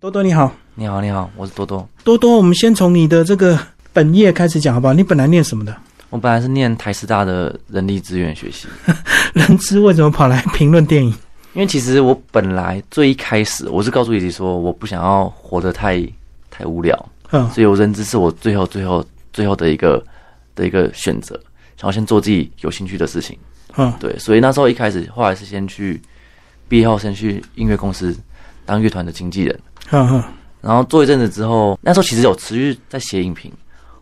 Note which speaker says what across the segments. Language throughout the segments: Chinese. Speaker 1: 多多你好，
Speaker 2: 你好，你好，我是多多。
Speaker 1: 多多，我们先从你的这个本业开始讲好不好？你本来念什么的？
Speaker 2: 我本来是念台师大的人力资源学习，
Speaker 1: 人资为什么跑来评论电影？
Speaker 2: 因为其实我本来最一开始我是告诉自己说，我不想要活得太太无聊，
Speaker 1: 嗯，
Speaker 2: 所以我认知是我最后、最后、最后的一个的一个选择，想要先做自己有兴趣的事情。
Speaker 1: 嗯，
Speaker 2: 对，所以那时候一开始，后来是先去毕业后先去音乐公司当乐团的经纪人，
Speaker 1: 嗯嗯，
Speaker 2: 然后做一阵子之后，那时候其实有持续在写影评，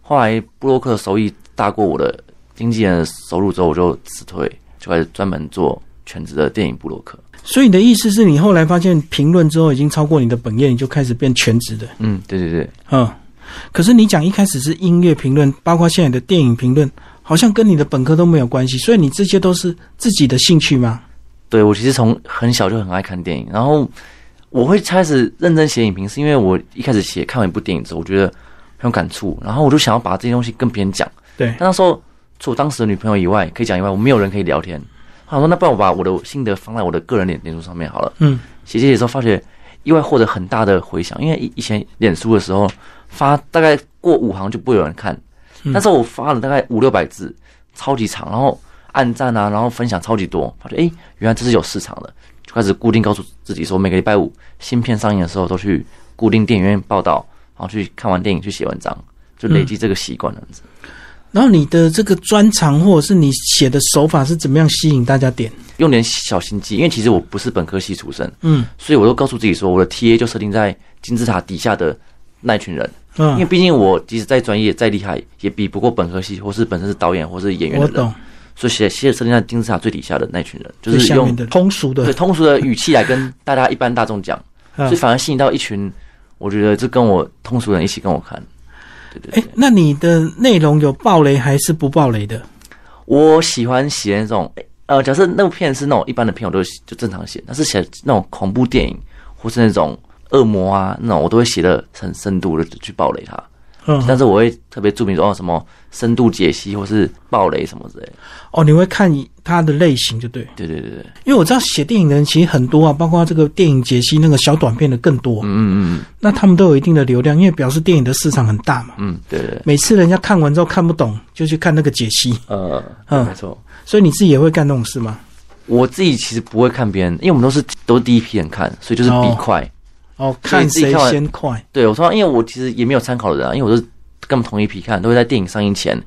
Speaker 2: 后来布洛克的收益大过我的经纪人的收入之后，我就辞退，就开始专门做全职的电影布洛克。
Speaker 1: 所以你的意思是你后来发现评论之后已经超过你的本业，你就开始变全职的，
Speaker 2: 嗯，对对对，
Speaker 1: 嗯。可是你讲一开始是音乐评论，包括现在的电影评论，好像跟你的本科都没有关系，所以你这些都是自己的兴趣吗？
Speaker 2: 对我其实从很小就很爱看电影，然后我会开始认真写影评，是因为我一开始写看完一部电影之后，我觉得很有感触，然后我就想要把这些东西跟别人讲。
Speaker 1: 对，
Speaker 2: 但那时候除我当时的女朋友以外，可以讲以外，我没有人可以聊天。我想说，那不然我把我的心得放在我的个人脸脸书上面好了。
Speaker 1: 嗯，
Speaker 2: 写写写之后，发觉意外获得很大的回响，因为以以前脸书的时候发大概过五行就不会有人看，
Speaker 1: 嗯
Speaker 2: 但是我发了大概五六百字，超级长，然后按赞啊，然后分享超级多，发觉诶，原来这是有市场的，就开始固定告诉自己说，每个礼拜五新片上映的时候都去固定电影院报道，然后去看完电影去写文章，就累积这个习惯这样子。
Speaker 1: 然后你的这个专长或者是你写的手法是怎么样吸引大家点？
Speaker 2: 用点小心机，因为其实我不是本科系出身，
Speaker 1: 嗯
Speaker 2: 所以我都告诉自己说，我的 TA 就设定在金字塔底下的那一群人。因为
Speaker 1: 嗯，
Speaker 2: 毕竟我即使再专业再厉害，也比不过本科系或是本身是导演或是演员
Speaker 1: 我
Speaker 2: 的人，
Speaker 1: 懂，
Speaker 2: 所以写写设定在金字塔最底下的那群人，就
Speaker 1: 最
Speaker 2: 是
Speaker 1: 下面
Speaker 2: 用
Speaker 1: 的通俗
Speaker 2: 对
Speaker 1: 的，
Speaker 2: 通俗的语气来跟大家一般大众讲，
Speaker 1: 嗯
Speaker 2: 所以反而吸引到一群，我觉得就跟我通俗人一起跟我看。对
Speaker 1: 哎、
Speaker 2: 对对，
Speaker 1: 那你的内容有爆雷还是不爆雷的？
Speaker 2: 我喜欢写那种，呃，假设那部片是那种一般的片，我都就正常写，但是写那种恐怖电影或是那种恶魔啊那种，我都会写的很深度的去暴雷它。
Speaker 1: 嗯，
Speaker 2: 但是我会特别注明说哦什么深度解析或是暴雷什么之类的。
Speaker 1: 哦，你会看它的类型就对，
Speaker 2: 对对对对，
Speaker 1: 因为我知道写电影的人其实很多啊，包括这个电影解析那个小短片的更多，
Speaker 2: 嗯嗯嗯
Speaker 1: 那他们都有一定的流量，因为表示电影的市场很大嘛。
Speaker 2: 嗯，对对对，
Speaker 1: 每次人家看完之后看不懂，就去看那个解析，
Speaker 2: 呃，
Speaker 1: 嗯
Speaker 2: 没错。
Speaker 1: 所以你自己也会干那种事吗？
Speaker 2: 我自己其实不会看别人，因为我们都是都是第一批人看，所以就是比
Speaker 1: 哦
Speaker 2: 快。
Speaker 1: 哦，
Speaker 2: 所以
Speaker 1: 看
Speaker 2: 自己
Speaker 1: 谁
Speaker 2: 看完
Speaker 1: 先快，
Speaker 2: 对我说，因为我其实也没有参考的人、啊，因为我是跟我们同一批看，都会在电影上映前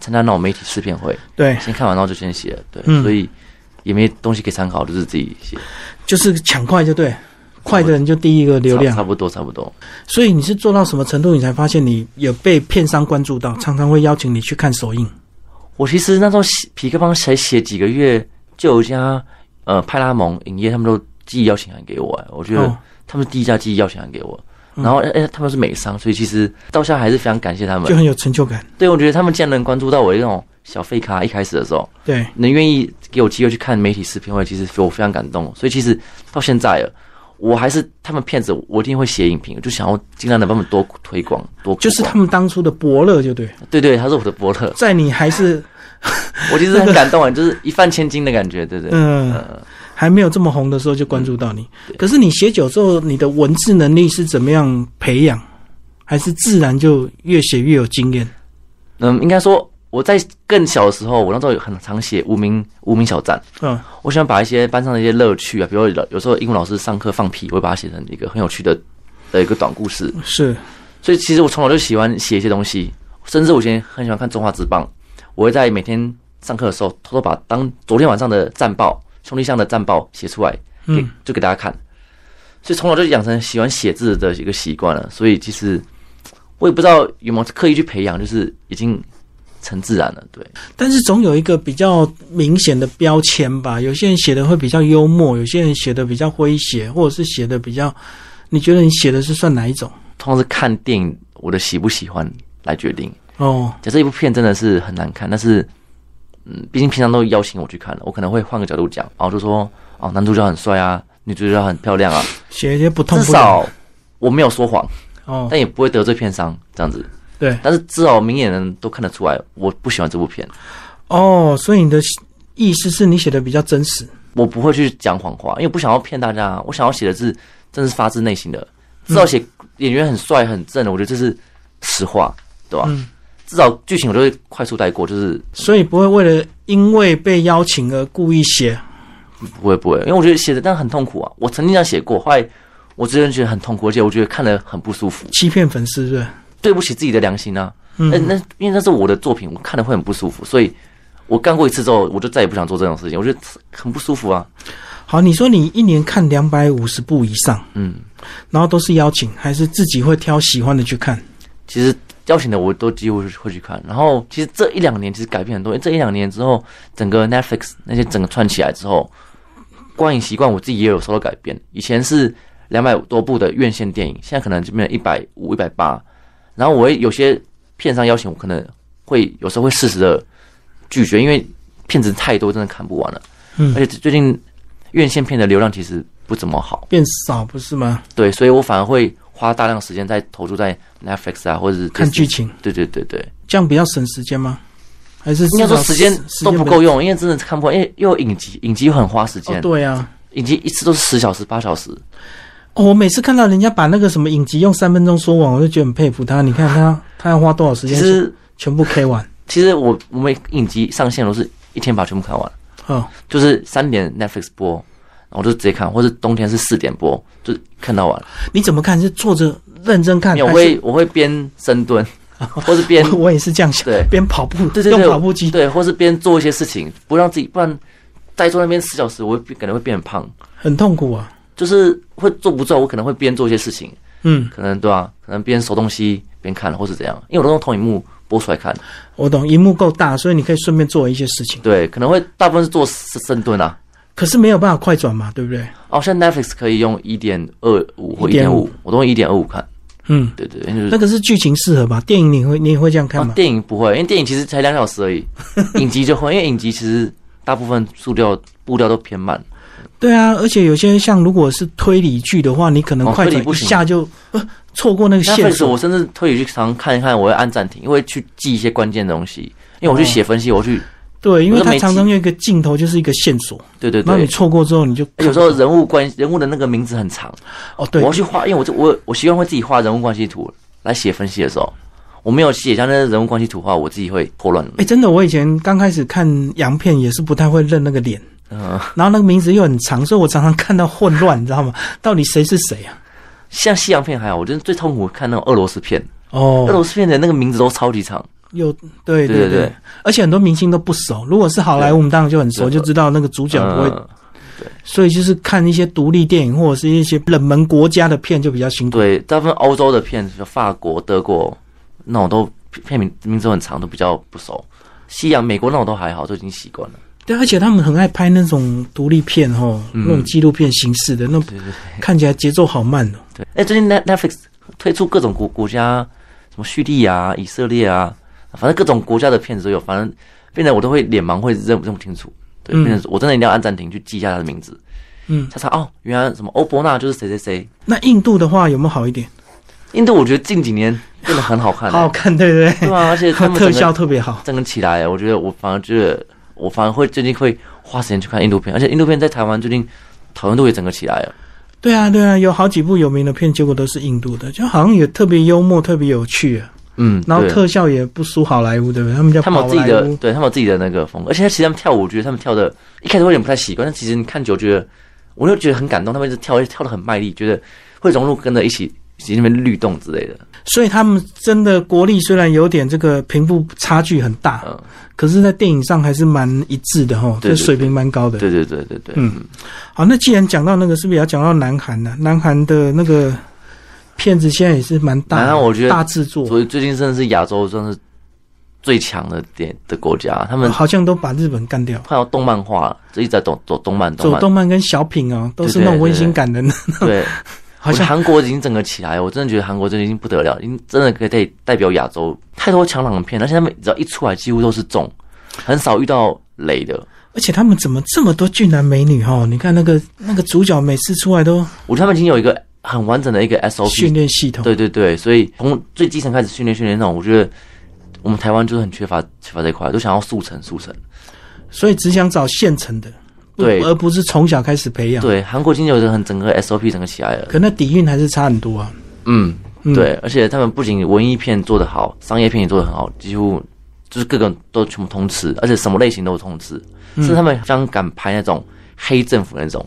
Speaker 2: 参加那种媒体试片会，
Speaker 1: 对，
Speaker 2: 先看完然后就先写了，对，
Speaker 1: 嗯
Speaker 2: 所以也没东西可以参考，就是自己写，
Speaker 1: 就是抢快就对，快的人就第一个流
Speaker 2: 差差
Speaker 1: 量。
Speaker 2: 不多差不多。
Speaker 1: 所以你是做到什么程度，你才发现你有被片商关注到，常常会邀请你去看首映。
Speaker 2: 我其实那时候写皮克邦才写几个月，就有一家呃派拉蒙影业他们都寄邀请函给我、哎我觉
Speaker 1: 哦
Speaker 2: 得他们第一家寄邀请函给我，
Speaker 1: 嗯
Speaker 2: 然后哎、哎他们是美商，所以其实到现在还是非常感谢他
Speaker 1: 就
Speaker 2: 们。
Speaker 1: 很有成就感。
Speaker 2: 对，我觉得他们既然能关注到我这种小废咖，一开始的时候
Speaker 1: 对，
Speaker 2: 能愿意给我机会去看媒体试片会，其实我非常感动。所以其实到现在了。我还是他们骗子，我一定会写影评，我就想要尽量的帮他们多推广，多曝光
Speaker 1: 就是他们当初的伯乐，就对，
Speaker 2: 对对，他是我的伯乐，
Speaker 1: 在你还是
Speaker 2: 我其实很感动啊，就是一饭千金的感觉，对呃对。
Speaker 1: 嗯、还没有这么红的时候就关注到你。可是你写久之后，你的文字能力是怎么样培养？还是自然就越写越有经验？
Speaker 2: 嗯，应该说我在更小的时候，我那时候有很常写无名无名小站，
Speaker 1: 嗯，
Speaker 2: 我喜欢把一些班上的一些乐趣啊，比如有有时候英文老师上课放屁，我会把它写成一个很有趣的的一个短故事。
Speaker 1: 是
Speaker 2: 所以其实我从小就喜欢写一些东西，甚至我以前很喜欢看《中华之棒》，我会在每天上课的时候偷偷把当昨天晚上的战报、兄弟象的战报写出来，给、
Speaker 1: 嗯
Speaker 2: 就给大家看。所以从小就养成喜欢写字的一个习惯了。所以其实我也不知道有没有刻意去培养，就是已经成自然了。对，
Speaker 1: 但是总有一个比较明显的标签吧。有些人写的会比较幽默，有些人写的比较诙谐，或者是写的比较……你觉得你写的是算哪一种？
Speaker 2: 通常是看电影我的喜不喜欢来决定。
Speaker 1: 哦，
Speaker 2: 假设一部片真的是很难看，但是，嗯，毕竟平常都邀请我去看了，我可能会换个角度讲，哦，就说哦，男主角很帅啊，女主角很漂亮啊，
Speaker 1: 写一些不痛
Speaker 2: 至
Speaker 1: 不痒。
Speaker 2: 少我没有说谎，
Speaker 1: 哦，
Speaker 2: 但也不会得罪片商这样子。
Speaker 1: 对，
Speaker 2: 但是至少明眼人都看得出来，我不喜欢这部片，
Speaker 1: 哦，所以你的意思是你写的比较真实。
Speaker 2: 我不会去讲谎话，因为不想要骗大家，我想要写的是真的是发自内心的，至少写演员很帅很正的，我觉得这是实话，对吧？
Speaker 1: 嗯
Speaker 2: 至少剧情我都会快速带过，就是
Speaker 1: 所以不会为了因为被邀请而故意写。
Speaker 2: 不会不会，因为我觉得写的但很痛苦啊。我曾经这样写过，后来我真的觉得很痛苦，而且我觉得看了很不舒服，
Speaker 1: 欺骗粉丝，是不是？
Speaker 2: 对不起自己的良心啊。那
Speaker 1: 嗯，
Speaker 2: 那因为那是我的作品，我看了会很不舒服，所以我干过一次之后，我就再也不想做这种事情，我觉得很不舒服啊。
Speaker 1: 好，你说你一年看两百五十部以上，
Speaker 2: 嗯，
Speaker 1: 然后都是邀请，还是自己会挑喜欢的去看？
Speaker 2: 其实邀请的我都几乎是会去看。然后其实这一两年其实改变很多，因为这一两年之后，整个 Netflix 那些整个串起来之后，观影习惯我自己也有受到改变。以前是两百多部的院线电影，现在可能就变成一百五、一百八。然后我会有些片商邀请我，可能会有时候会适时的拒绝，因为片子太多，真的看不完了。
Speaker 1: 嗯
Speaker 2: 而且最近院线片的流量其实不怎么好。
Speaker 1: 变少不是吗？
Speaker 2: 对，所以我反而会花大量时间在投注在 Netflix 啊，或者是
Speaker 1: 看
Speaker 2: Disney
Speaker 1: 剧情。
Speaker 2: 对对对对，
Speaker 1: 这样比较省时间吗？还是
Speaker 2: 应该说
Speaker 1: 至少
Speaker 2: 时间
Speaker 1: 时
Speaker 2: 都
Speaker 1: 间
Speaker 2: 不够用，因为真的看不完，因为又有影集，影集又很花时
Speaker 1: 哦
Speaker 2: 间，，
Speaker 1: 对啊。
Speaker 2: 影集一次都是十小时、八小时，
Speaker 1: 哦，我每次看到人家把那个什么影集用三分钟说完，我就觉得很佩服他。你看他，他要花多少时
Speaker 2: 其
Speaker 1: 间
Speaker 2: 实
Speaker 1: 全部 K 完？
Speaker 2: 其实我我们影集上线都是一天把全部看完，
Speaker 1: 哦，
Speaker 2: 就是三点 Netflix 播，然后我就直接看，或者冬天是四点播，就看到完。
Speaker 1: 你怎么看？是坐着认真看？
Speaker 2: 因为我
Speaker 1: 还是
Speaker 2: 会我会边深蹲，或是边
Speaker 1: 我也是这样想
Speaker 2: 对，
Speaker 1: 边跑步，
Speaker 2: 对对
Speaker 1: 用
Speaker 2: 对，
Speaker 1: 跑步机。
Speaker 2: 对，或是边做一些事情，不让自己，不然待坐那边十小时，我会变可能会变很胖。
Speaker 1: 很痛苦啊。
Speaker 2: 就是会做不做，我可能会边做一些事情，
Speaker 1: 嗯，
Speaker 2: 可能对吧、可能边收东西边看，或是怎样，因为我都用投影幕播出来看。
Speaker 1: 我懂，荧幕够大，所以你可以顺便做一些事情，
Speaker 2: 对，可能会大部分是做深深蹲啊。
Speaker 1: 可是没有办法快转嘛，对不对？
Speaker 2: 哦，现在 Netflix 可以用一点二五或一点
Speaker 1: 1.5
Speaker 2: 五，我都用一点二五看。
Speaker 1: 嗯，
Speaker 2: 对对，因为就是
Speaker 1: 那个是剧情适合吧？电影你会你也会这样看
Speaker 2: 啊
Speaker 1: 吗？
Speaker 2: 电影不会，因为电影其实才两小时而已，影集就会，因为影集其实大部分速调步调都偏慢。
Speaker 1: 对啊，而且有些像如果是推理剧的话，你可能
Speaker 2: 哦
Speaker 1: 快
Speaker 2: 推
Speaker 1: 转
Speaker 2: 理不
Speaker 1: 一
Speaker 2: 行
Speaker 1: 下就呃错过那个线
Speaker 2: Netflix
Speaker 1: 索
Speaker 2: 我。甚至推理剧常看一看，我会按暂停，因为去记一些关键的东西，因为我去写分析，我去
Speaker 1: 对，因为
Speaker 2: 我都
Speaker 1: 它
Speaker 2: 没
Speaker 1: 常
Speaker 2: 记
Speaker 1: 常有一个镜头就是一个线索，
Speaker 2: 对对
Speaker 1: 然后
Speaker 2: 对
Speaker 1: 你。错过之后你就
Speaker 2: 有时候人物关人物的那个名字很长，
Speaker 1: 哦对
Speaker 2: 我要去画，因为我这我我习惯会自己画人物关系图来写分析的时候，我没有写像那人物关系图画，我自己会破乱。
Speaker 1: 哎、真的，我以前刚开始看洋片也是不太会认那个脸，
Speaker 2: 嗯，
Speaker 1: 然后那个名字又很长，所以我常常看到混乱，你知道吗？到底谁是谁啊？
Speaker 2: 像西洋片还好，我真的最痛苦看那种俄罗斯片，俄
Speaker 1: 哦，
Speaker 2: 罗斯片的那个名字都超级长，
Speaker 1: 又对
Speaker 2: 对
Speaker 1: 对
Speaker 2: 对对
Speaker 1: 而且很多明星都不熟。如果是好莱坞，我们当然就很熟，
Speaker 2: 对
Speaker 1: 就知道那个主角不会。
Speaker 2: 嗯
Speaker 1: 所以就是看一些独立电影或者是一些冷门国家的片就比较辛苦。
Speaker 2: 对，大部分欧洲的片，就法国、德国那种都片名名字都很长，都比较不熟。西洋、美国那种都还好，都已经习惯了。
Speaker 1: 对，而且他们很爱拍那种独立片哦，
Speaker 2: 嗯
Speaker 1: 那种纪录片形式的，那
Speaker 2: 对对
Speaker 1: 看起来节奏好慢哦。
Speaker 2: 对，哎，最近 Net Netflix 推出各种国国家，什么叙利亚、以色列啊，反正各种国家的片子都有，反正变得我都会脸盲，会认认不清楚。对，
Speaker 1: 嗯
Speaker 2: 变成我真的一定要按暂停去记一下他的名字，
Speaker 1: 嗯，
Speaker 2: 查查哦，原来什么欧伯纳就是谁谁谁。
Speaker 1: 那印度的话有没有好一点？
Speaker 2: 印度我觉得近几年变得很好看、欸
Speaker 1: 好好看，对不
Speaker 2: 对
Speaker 1: 对？
Speaker 2: 啊，而且他们
Speaker 1: 特
Speaker 2: 整个
Speaker 1: 效特别好。
Speaker 2: 整个起来，欸我觉得我反而觉得我反而会最近会花时间去看印度片，而且印度片在台湾最近讨论度也整个起来了。
Speaker 1: 对啊，对啊，有好几部有名的片，结果都是印度的，就好像也特别幽默、特别有趣、啊，
Speaker 2: 嗯，
Speaker 1: 然后
Speaker 2: 对
Speaker 1: 特效也不输好莱坞，对不对？他们叫
Speaker 2: 他们有
Speaker 1: 宝
Speaker 2: 自己
Speaker 1: 莱
Speaker 2: 的，
Speaker 1: 坞，
Speaker 2: 对他们有自己的那个风格，而且其实他们跳舞，我觉得他们跳的，一开始会有点不太习惯，但其实你看久觉得，我就觉得很感动，他们一直跳，跳的很卖力，觉得会融入跟着一起一起那边律动之类的。
Speaker 1: 所以他们真的国力虽然有点这个贫富差距很大，
Speaker 2: 嗯，
Speaker 1: 可是，在电影上还是蛮一致的哈，
Speaker 2: 对
Speaker 1: 这
Speaker 2: 对
Speaker 1: 水平蛮高的。
Speaker 2: 对对对对对，
Speaker 1: 嗯，好，那既然讲到那个，是不是也要讲到南韩呢、南韩的那个片子现在也是蛮大的，
Speaker 2: 南韩我觉得
Speaker 1: 大制作，
Speaker 2: 所以最近真的是亚洲算是最强的点的国家，他们
Speaker 1: 哦好像都把日本干掉。
Speaker 2: 快要动漫化了，就一直在走走动漫动
Speaker 1: 走
Speaker 2: 漫，
Speaker 1: 动漫跟小品哦，都是那种温馨感的，
Speaker 2: 对，
Speaker 1: 好
Speaker 2: 我觉
Speaker 1: 像
Speaker 2: 得韩国已经整个起来，我真的觉得韩国真的已经不得了，已经真的可以代代表亚洲，太多强朗的片，而且他们只要一出来几乎都是中，很少遇到雷的。
Speaker 1: 而且他们怎么这么多俊男美女哦？你看那个那个主角每次出来都
Speaker 2: 我觉得他们已经有一个很完整的一个
Speaker 1: 训
Speaker 2: SOP，
Speaker 1: 练系统，
Speaker 2: 对对对，所以从最基层开始训练训练那种，我觉得我们台湾就是很缺乏缺乏这一块，都想要速成速成。
Speaker 1: 所以只想找现成的，不
Speaker 2: 对
Speaker 1: 而不是从小开始培养。
Speaker 2: 对，韩国已经有人很整个 SOP 整个起来了。
Speaker 1: 可那底蕴还是差很多啊。
Speaker 2: 嗯，
Speaker 1: 嗯
Speaker 2: 对，而且他们不仅文艺片做得好，商业片也做得很好，几乎就是各个都全部通吃，而且什么类型都通吃，
Speaker 1: 嗯
Speaker 2: 是他们非常敢拍那种黑政府那种，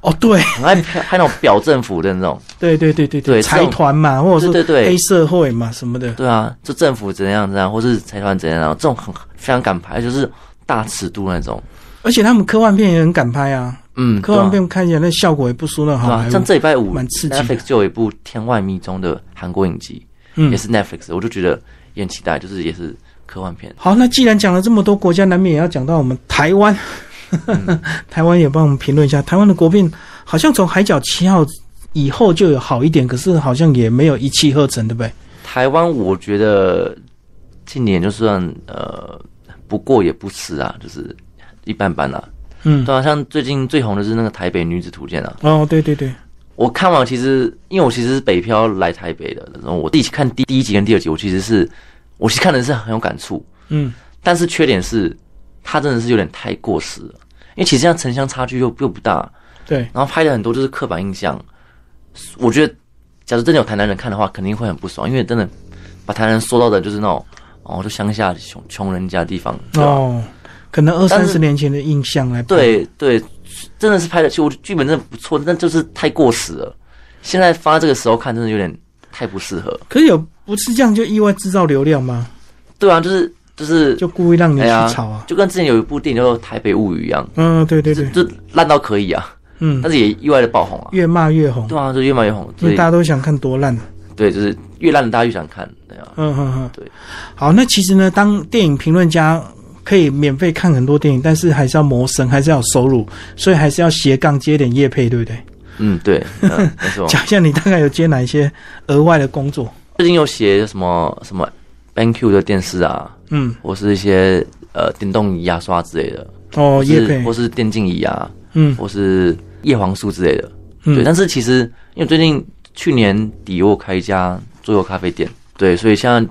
Speaker 1: 哦，对，
Speaker 2: 很爱拍拍那种表政府的那种。
Speaker 1: 对对对对
Speaker 2: 对这
Speaker 1: 财
Speaker 2: 种
Speaker 1: 团嘛， 或者
Speaker 2: 对
Speaker 1: 是
Speaker 2: 对对
Speaker 1: 黑社会嘛什么的，
Speaker 2: 对啊，就政府怎样怎样，或是财团怎样怎样，这种很非常敢拍，就是大尺度那种。
Speaker 1: 而且他们科幻片也很敢拍啊，
Speaker 2: 嗯，
Speaker 1: 科
Speaker 2: 对啊
Speaker 1: 幻片看起来那效果也不输那
Speaker 2: 对
Speaker 1: 好
Speaker 2: 啊
Speaker 1: 莱，坞
Speaker 2: 像。这礼拜五
Speaker 1: 蛮刺激的
Speaker 2: Netflix 就有一部《天外迷踪》的韩国影集，
Speaker 1: 嗯
Speaker 2: 也是 Netflix，的我就觉得也很期待，就是也是科幻片。
Speaker 1: 好，那既然讲了这么多国家，难免也要讲到我们台湾。
Speaker 2: 嗯
Speaker 1: 台湾也帮我们评论一下，台湾的国片好像从《海角七号》以后就有好一点，可是好像也没有一气呵成，对不对？
Speaker 2: 台湾我觉得近年就算呃不过也不吃啊，就是一般般啦、
Speaker 1: 嗯，
Speaker 2: 对啊，像最近最红的是那个《台北女子图鉴》啊，
Speaker 1: 哦，对对对，
Speaker 2: 我看完其实因为我其实是北漂来台北的，然后我第一看第第一集跟第二集，我其实是我其实看的是很有感触，
Speaker 1: 嗯，
Speaker 2: 但是缺点是它真的是有点太过时了，因为其实这样城乡差距又又不大，
Speaker 1: 对，
Speaker 2: 然后拍的很多就是刻板印象。我觉得，假如真的有台南人看的话，肯定会很不爽，因为真的把台南人说到的就是那种哦，就乡下穷穷人家的地方。对吧
Speaker 1: 哦，可能二
Speaker 2: 但
Speaker 1: 三
Speaker 2: 是
Speaker 1: 十年前的印象来拍，
Speaker 2: 对对，真的是拍的，其实我觉得剧本真的不错，但就是太过时了。现在放在这个时候看，真的有点太不适合。
Speaker 1: 可是有不是这样就意外制造流量吗？
Speaker 2: 对啊，就是就是
Speaker 1: 就故意让你
Speaker 2: 哎呀
Speaker 1: 去炒啊？
Speaker 2: 就跟之前有一部电影叫做《台北物语》一样，
Speaker 1: 嗯，对对对，
Speaker 2: 就烂到可以啊，
Speaker 1: 嗯，
Speaker 2: 但是也意外的爆红啊。
Speaker 1: 越骂越红，
Speaker 2: 对啊，就越卖越红，
Speaker 1: 因
Speaker 2: 所
Speaker 1: 为
Speaker 2: 以
Speaker 1: 大家都想看多烂。
Speaker 2: 对，就是越烂的大家越想看，对啊。
Speaker 1: 嗯哼哼，
Speaker 2: 对。
Speaker 1: 好，那其实呢，当电影评论家可以免费看很多电影，但是还是要谋生，还是要有收入，所以还是要斜杠接点业配，对不对？
Speaker 2: 嗯，对， 嗯没错。
Speaker 1: 讲一下你大概有接哪一些额外的工作？
Speaker 2: 最近有写什么什么 BenQ 的电视啊，
Speaker 1: 嗯，
Speaker 2: 或是一些呃电动牙刷之类的，
Speaker 1: 哦，
Speaker 2: 或
Speaker 1: 业
Speaker 2: 是
Speaker 1: 配
Speaker 2: 或，是电竞椅啊，
Speaker 1: 嗯
Speaker 2: 或是叶黄素之类的。对，
Speaker 1: 嗯，
Speaker 2: 但是其实因为最近去年底我有开一家桌游咖啡店，对，所以现在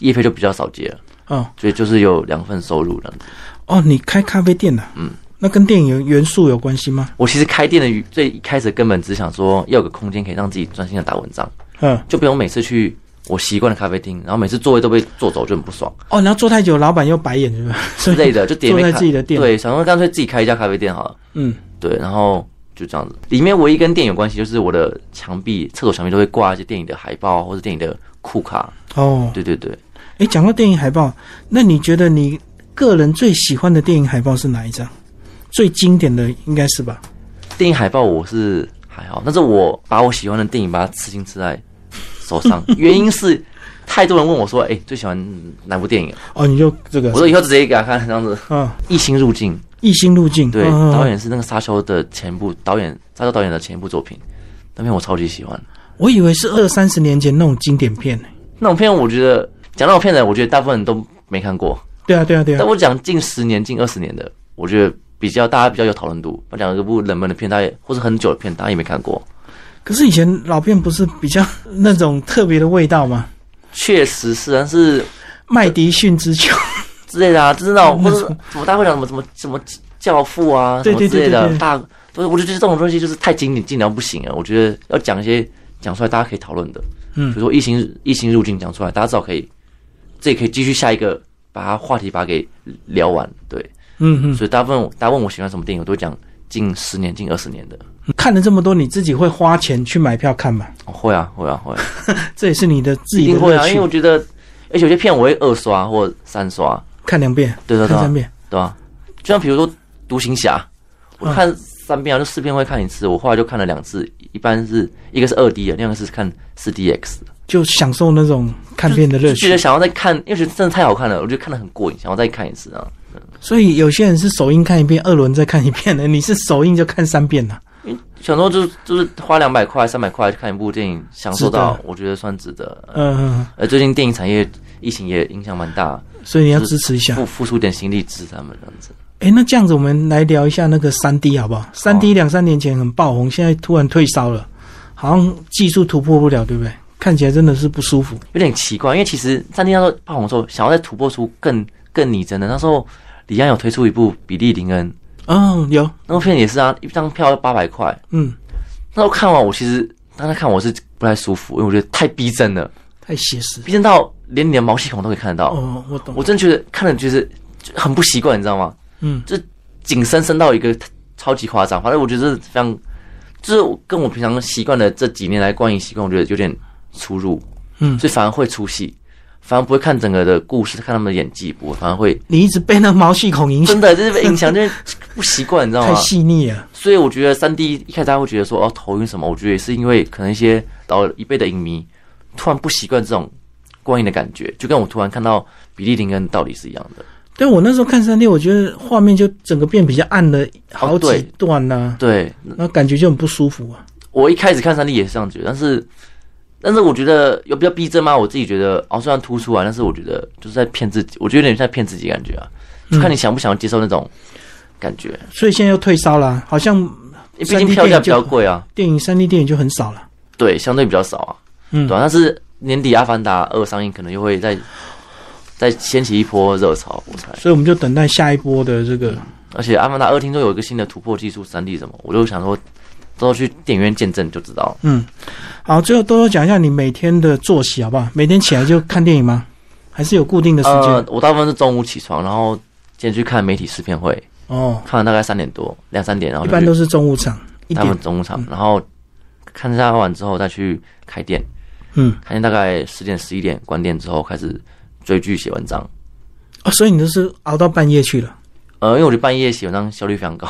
Speaker 2: 业配就比较少接了，
Speaker 1: 哦
Speaker 2: 所以就是有两份收入了。
Speaker 1: 哦，你开咖啡店的、嗯，那跟电影有元素有关系吗？
Speaker 2: 我其实开店的最一开始根本只想说要有个空间可以让自己专心的打文章，
Speaker 1: 嗯，
Speaker 2: 就不用每次去我习惯的咖啡厅，然后每次座位都被坐走就很不 爽。
Speaker 1: 哦，然后坐太久，老板又白眼，是吧？所
Speaker 2: 之
Speaker 1: 以，
Speaker 2: 类的，就点
Speaker 1: 坐在
Speaker 2: 一杯咖
Speaker 1: 自己的店
Speaker 2: 对，想说干脆自己开一家咖啡店好了。
Speaker 1: 嗯，
Speaker 2: 对，然后就这样子。里面唯一跟电影有关系，就是我的墙壁、厕所墙壁都会挂一些电影的海报或者电影的酷卡。
Speaker 1: 哦，
Speaker 2: 对对对，
Speaker 1: 诶，讲到电影海报，那你觉得你个人最喜欢的电影海报是哪一张？最经典的应该是吧？
Speaker 2: 电影海报我是还好，但是我把我喜欢的电影把它刺青刺在手上，原因是太多人问我说，哎、最喜欢哪部电影？
Speaker 1: 哦，你就这个
Speaker 2: 我，说以后直接给他看这样子。
Speaker 1: 嗯，
Speaker 2: 一心入境，
Speaker 1: 异星路径，
Speaker 2: 对，
Speaker 1: 嗯
Speaker 2: 导，演是那个沙丘的前部导演，沙丘导演的前一部作品，那片我超级喜欢。
Speaker 1: 我以为是二三十年前那种经典片呢。
Speaker 2: 那种片，我觉得讲那种片的，我觉得大部分人都没看过。
Speaker 1: 对啊，对啊，对啊
Speaker 2: 但，我讲近十年、近二十年的，我觉得比较大家比较有讨论度。我讲一部冷门的片，大家也或是很久的片，大家也没看过。
Speaker 1: 可是以前老片不是比较那种特别的味道吗？
Speaker 2: 确实是，但是
Speaker 1: 麦迪逊之丘，
Speaker 2: 之类的啊，就是那种或是什么大家会讲什么什么什么教父啊，什
Speaker 1: 嗯对
Speaker 2: 么之类
Speaker 1: 对对对
Speaker 2: 的
Speaker 1: 对，
Speaker 2: 大都是我就觉得这种东西就是太经典，经典到不行啊了。我觉得要讲一些讲出来大家可以讨论的，
Speaker 1: 嗯
Speaker 2: 比如说异形异形入境讲出来，大家至少可以，这也可以继续下一个把它话题把它给聊完，对。
Speaker 1: 嗯嗯，
Speaker 2: 所以大部分大家问我喜欢什么电影，我都会讲近十年、近二十年的。
Speaker 1: 看了这么多，你自己会花钱去买票看吗？
Speaker 2: 哦，会啊，会啊，会啊，
Speaker 1: 这也是你的 自
Speaker 2: 一
Speaker 1: 己的
Speaker 2: 定会
Speaker 1: 乐
Speaker 2: 啊，因
Speaker 1: 趣
Speaker 2: 为我，觉得，而且有些片我会二刷或三刷，
Speaker 1: 看两遍，
Speaker 2: 对对对
Speaker 1: 看
Speaker 2: 啊
Speaker 1: 三遍，
Speaker 2: 对吧、就像比如说《独行侠》，
Speaker 1: 嗯
Speaker 2: 我看三遍啊，就四遍会看一次，我后来就看了两次，一般是一个是二 D 的，另一个是看四 DX 的。
Speaker 1: 就享受那种看片的乐
Speaker 2: 就觉
Speaker 1: 趣
Speaker 2: 得。想要再看，因为觉得真的太好看了，我觉得看得很过瘾，想要再看一次啊。
Speaker 1: 所以有些人是首映看一遍，二轮再看一遍的，你是首映就看三遍了。
Speaker 2: 想说就是就是花两百块、三百块去看一部电影，享受
Speaker 1: 值
Speaker 2: 到，我觉得算值得。呃
Speaker 1: 嗯、嗯
Speaker 2: 而最近电影产业疫情也影响蛮大，
Speaker 1: 嗯所以你要支持一下。
Speaker 2: 付付出点心力支持他们这样子。
Speaker 1: 诶，那这样子我们来聊一下那个三 D 好不啊好？三 D 两三年前很爆红，现在突然退烧了，好像技术突破不了，对不对？看起来真的是不舒服。
Speaker 2: 有点奇怪，因为其实三 D 那时候爆红的时候，想要再突破出更更拟真的。那时候李安有推出一部《比利林恩》，
Speaker 1: 哦，有，
Speaker 2: 那部片也是啊，一张票要八百块。
Speaker 1: 嗯，
Speaker 2: 那时候看完，我其实当时看我是不太舒服，因为我觉得太逼真了，
Speaker 1: 太写实。
Speaker 2: 逼真到连你的毛细孔都可以看得到。
Speaker 1: 哦，我懂。
Speaker 2: 我真的觉得看了就是就很不习惯，你知道吗？
Speaker 1: 嗯，
Speaker 2: 就景深深到一个超级夸张，反正我觉得非常，就是跟我平常习惯的这几年来观影习惯，我觉得有点出入，
Speaker 1: 嗯
Speaker 2: 所以反而会出戏，反而不会看整个的故事，看他们的演技，我反而会
Speaker 1: 你一直被那毛细孔影响，
Speaker 2: 真的就是被影响，就是不习惯，你知道
Speaker 1: 太
Speaker 2: 吗？
Speaker 1: 细腻了。
Speaker 2: 所以我觉得三 D 一开始大家会觉得说哦头晕什么，我觉得也是因为可能一些老一辈的影迷突然不习惯这种观影的感觉，就跟我突然看到比利林恩道理是一样的。
Speaker 1: 对我那时候看三 D，我觉得画面就整个变比较暗了好几
Speaker 2: 对
Speaker 1: 段呐、
Speaker 2: 对，
Speaker 1: 然后感觉就很不舒服啊。
Speaker 2: 我一开始看三 D 也是这样觉得，但是但是我觉得有比较逼真吗？我自己觉得哦，虽然突出啊，但是我觉得就是在骗自己，我觉得有点在骗自己感觉啊，就看你想不想接受那种感觉。
Speaker 1: 所以现在又退烧了，好像
Speaker 2: 因为毕竟票价比较贵啊，
Speaker 1: 电影三 D 电影就很少了。
Speaker 2: 对，相对比较少啊，
Speaker 1: 嗯
Speaker 2: 对啊但是年底《阿凡达二》上映，可能又会再再掀起一波热潮，我猜。
Speaker 1: 所以我们就等待下一波的这个，
Speaker 2: 而且《阿凡达二》听说有一个新的突破技术，三 D 什么，我就想说，之后去电影院见证就知道了。
Speaker 1: 嗯，好，最后多多讲一下你每天的作息好不好？每天起来就看电影吗？还是有固定的时间？
Speaker 2: 呃，我大部分是中午起床，然后先去看媒体试片会。
Speaker 1: 哦，
Speaker 2: 看完大概三点多、两三点，然后
Speaker 1: 一
Speaker 2: 就
Speaker 1: 般都是中午场一
Speaker 2: 去他
Speaker 1: 点
Speaker 2: 们，中午场，然后看下完之后再去开店，
Speaker 1: 嗯，
Speaker 2: 开店大概十点、十一点关店之后开始追剧、写文章。
Speaker 1: 哦，所以你都是熬到半夜去了，
Speaker 2: 呃，因为我觉得半夜写文章效率非常高，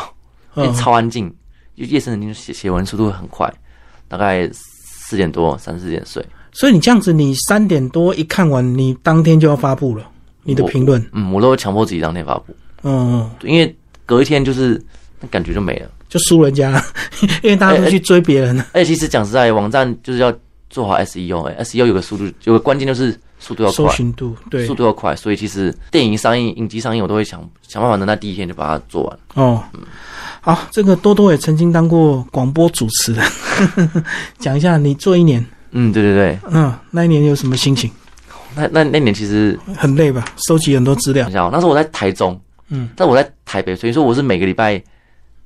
Speaker 2: 因为
Speaker 1: 嗯，
Speaker 2: 哎超安静，就夜深人静，写写文速度很快，大概四点多、三四点睡。
Speaker 1: 所以你这样子，你三点多一看完，你当天就要发布了你的评论，
Speaker 2: 嗯，我都会强迫自己当天发布，
Speaker 1: 嗯，嗯
Speaker 2: 因为隔一天就是那感觉就没了。
Speaker 1: 就输人家，因为大
Speaker 2: 哎
Speaker 1: 家都去追别人了，
Speaker 2: 而且其实讲实在，网站就是要做好 E SEO，SEO、SEO 有个速度，有个关键就是速度要快
Speaker 1: 搜。寻度对
Speaker 2: 速，度要快，所以其实电影上映、影集上映，我都会想想办法能在第一天就把它做完。
Speaker 1: 哦，好，这个多多也曾经当过广播主持人， 讲一下你做一年，
Speaker 2: 嗯，对对对，
Speaker 1: 嗯，那一年有什么心情？
Speaker 2: 那那那年其实
Speaker 1: 很累吧？收集很多资料
Speaker 2: 想，想哦，那时候我在台中，
Speaker 1: 嗯，
Speaker 2: 但我在台北，所以说我是每个礼拜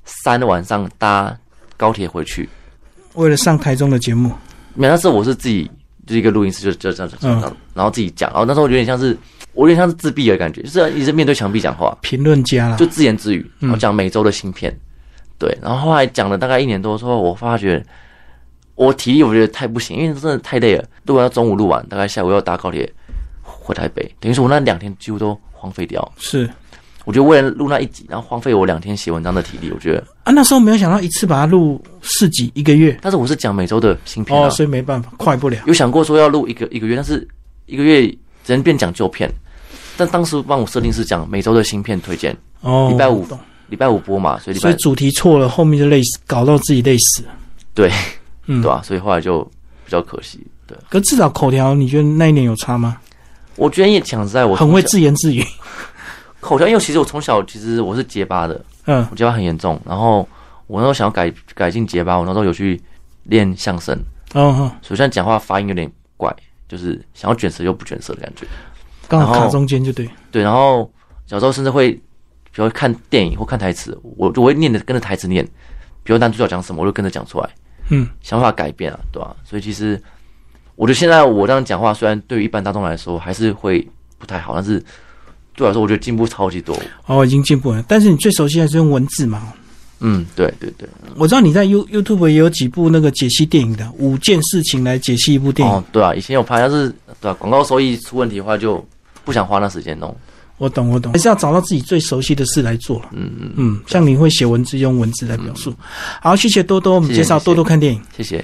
Speaker 2: 三的晚上搭高铁回去。
Speaker 1: 为了上台中的节目，
Speaker 2: 没有，那时候我是自己就是一个录音室，就就这样这样
Speaker 1: 嗯，
Speaker 2: 然后自己讲。然后那时候我有点像是，我有点像是自闭的感觉，就是一直面对墙壁讲话，
Speaker 1: 评论家啦
Speaker 2: 就，自言自语，然
Speaker 1: 嗯
Speaker 2: 后讲每周的新片。对，然后后来讲了大概一年多之后，我发觉我体力我觉得太不行，因为真的太累了。录完到中午录完，大概下午又要搭高铁回台北，等于说我那两天几乎都荒废掉。
Speaker 1: 是
Speaker 2: 我觉得为了录那一集，然后荒废我两天写文章的体力，我觉得。
Speaker 1: 啊，那时候没有想到一次把它录四集一个月，
Speaker 2: 但是我是讲每周的新片啊，
Speaker 1: 哦，所以没办法，快不了，
Speaker 2: 有想过说要录一个一个月，但是一个月只能变讲旧片。但当时帮我设定是讲每周的新片推荐，
Speaker 1: 哦，
Speaker 2: 礼拜五
Speaker 1: 懂
Speaker 2: 礼拜五播嘛，所以礼
Speaker 1: 所以
Speaker 2: 拜
Speaker 1: 主题错了，后面就累死，搞到自己累死。
Speaker 2: 对，
Speaker 1: 嗯
Speaker 2: 对吧、啊所以后来就比较可惜。对，
Speaker 1: 可至少口条，你觉得那一年有差吗？
Speaker 2: 我觉得也讲实在，我
Speaker 1: 很
Speaker 2: 从
Speaker 1: 会
Speaker 2: 小
Speaker 1: 自言自语，
Speaker 2: 口条，因为其实我从小其实我是结巴的，
Speaker 1: 嗯，
Speaker 2: 我结巴很严重。然后我那时候想要改改进结巴，我那时候有去练相声，
Speaker 1: 哦，哦
Speaker 2: 所以现在讲话发音有点怪，就是想要卷舌又不卷舌的感觉。
Speaker 1: 刚好
Speaker 2: 然后
Speaker 1: 卡中间就对，
Speaker 2: 对，然后小时候甚至会，比如看电影或看台词，我就我会念着跟着台词念，比如男主角讲什么，我就跟着讲出来，
Speaker 1: 嗯，
Speaker 2: 想法改变啊，对吧、所以其实我觉得现在我这样讲话，虽然对于一般大众来说还是会不太好，但是对我来说，我觉得进步超级多。
Speaker 1: 哦，已经进步了。但是你最熟悉还是用文字嘛？
Speaker 2: 嗯，对对对，
Speaker 1: 我知道你在 You YouTube 也有几部那个解析电影的五件事情来解析一部电影，
Speaker 2: 哦，对啊，以前有拍，但是对啊，广告收益出问题的话，就不想花那时间哦弄。
Speaker 1: 我懂我懂，还是要找到自己最熟悉的事来做了。
Speaker 2: 嗯嗯，
Speaker 1: 嗯，像你会写文字，用文字来表述。好，谢谢多多，我们
Speaker 2: 谢谢
Speaker 1: 介绍
Speaker 2: 谢谢
Speaker 1: 多多看电影。
Speaker 2: 谢谢。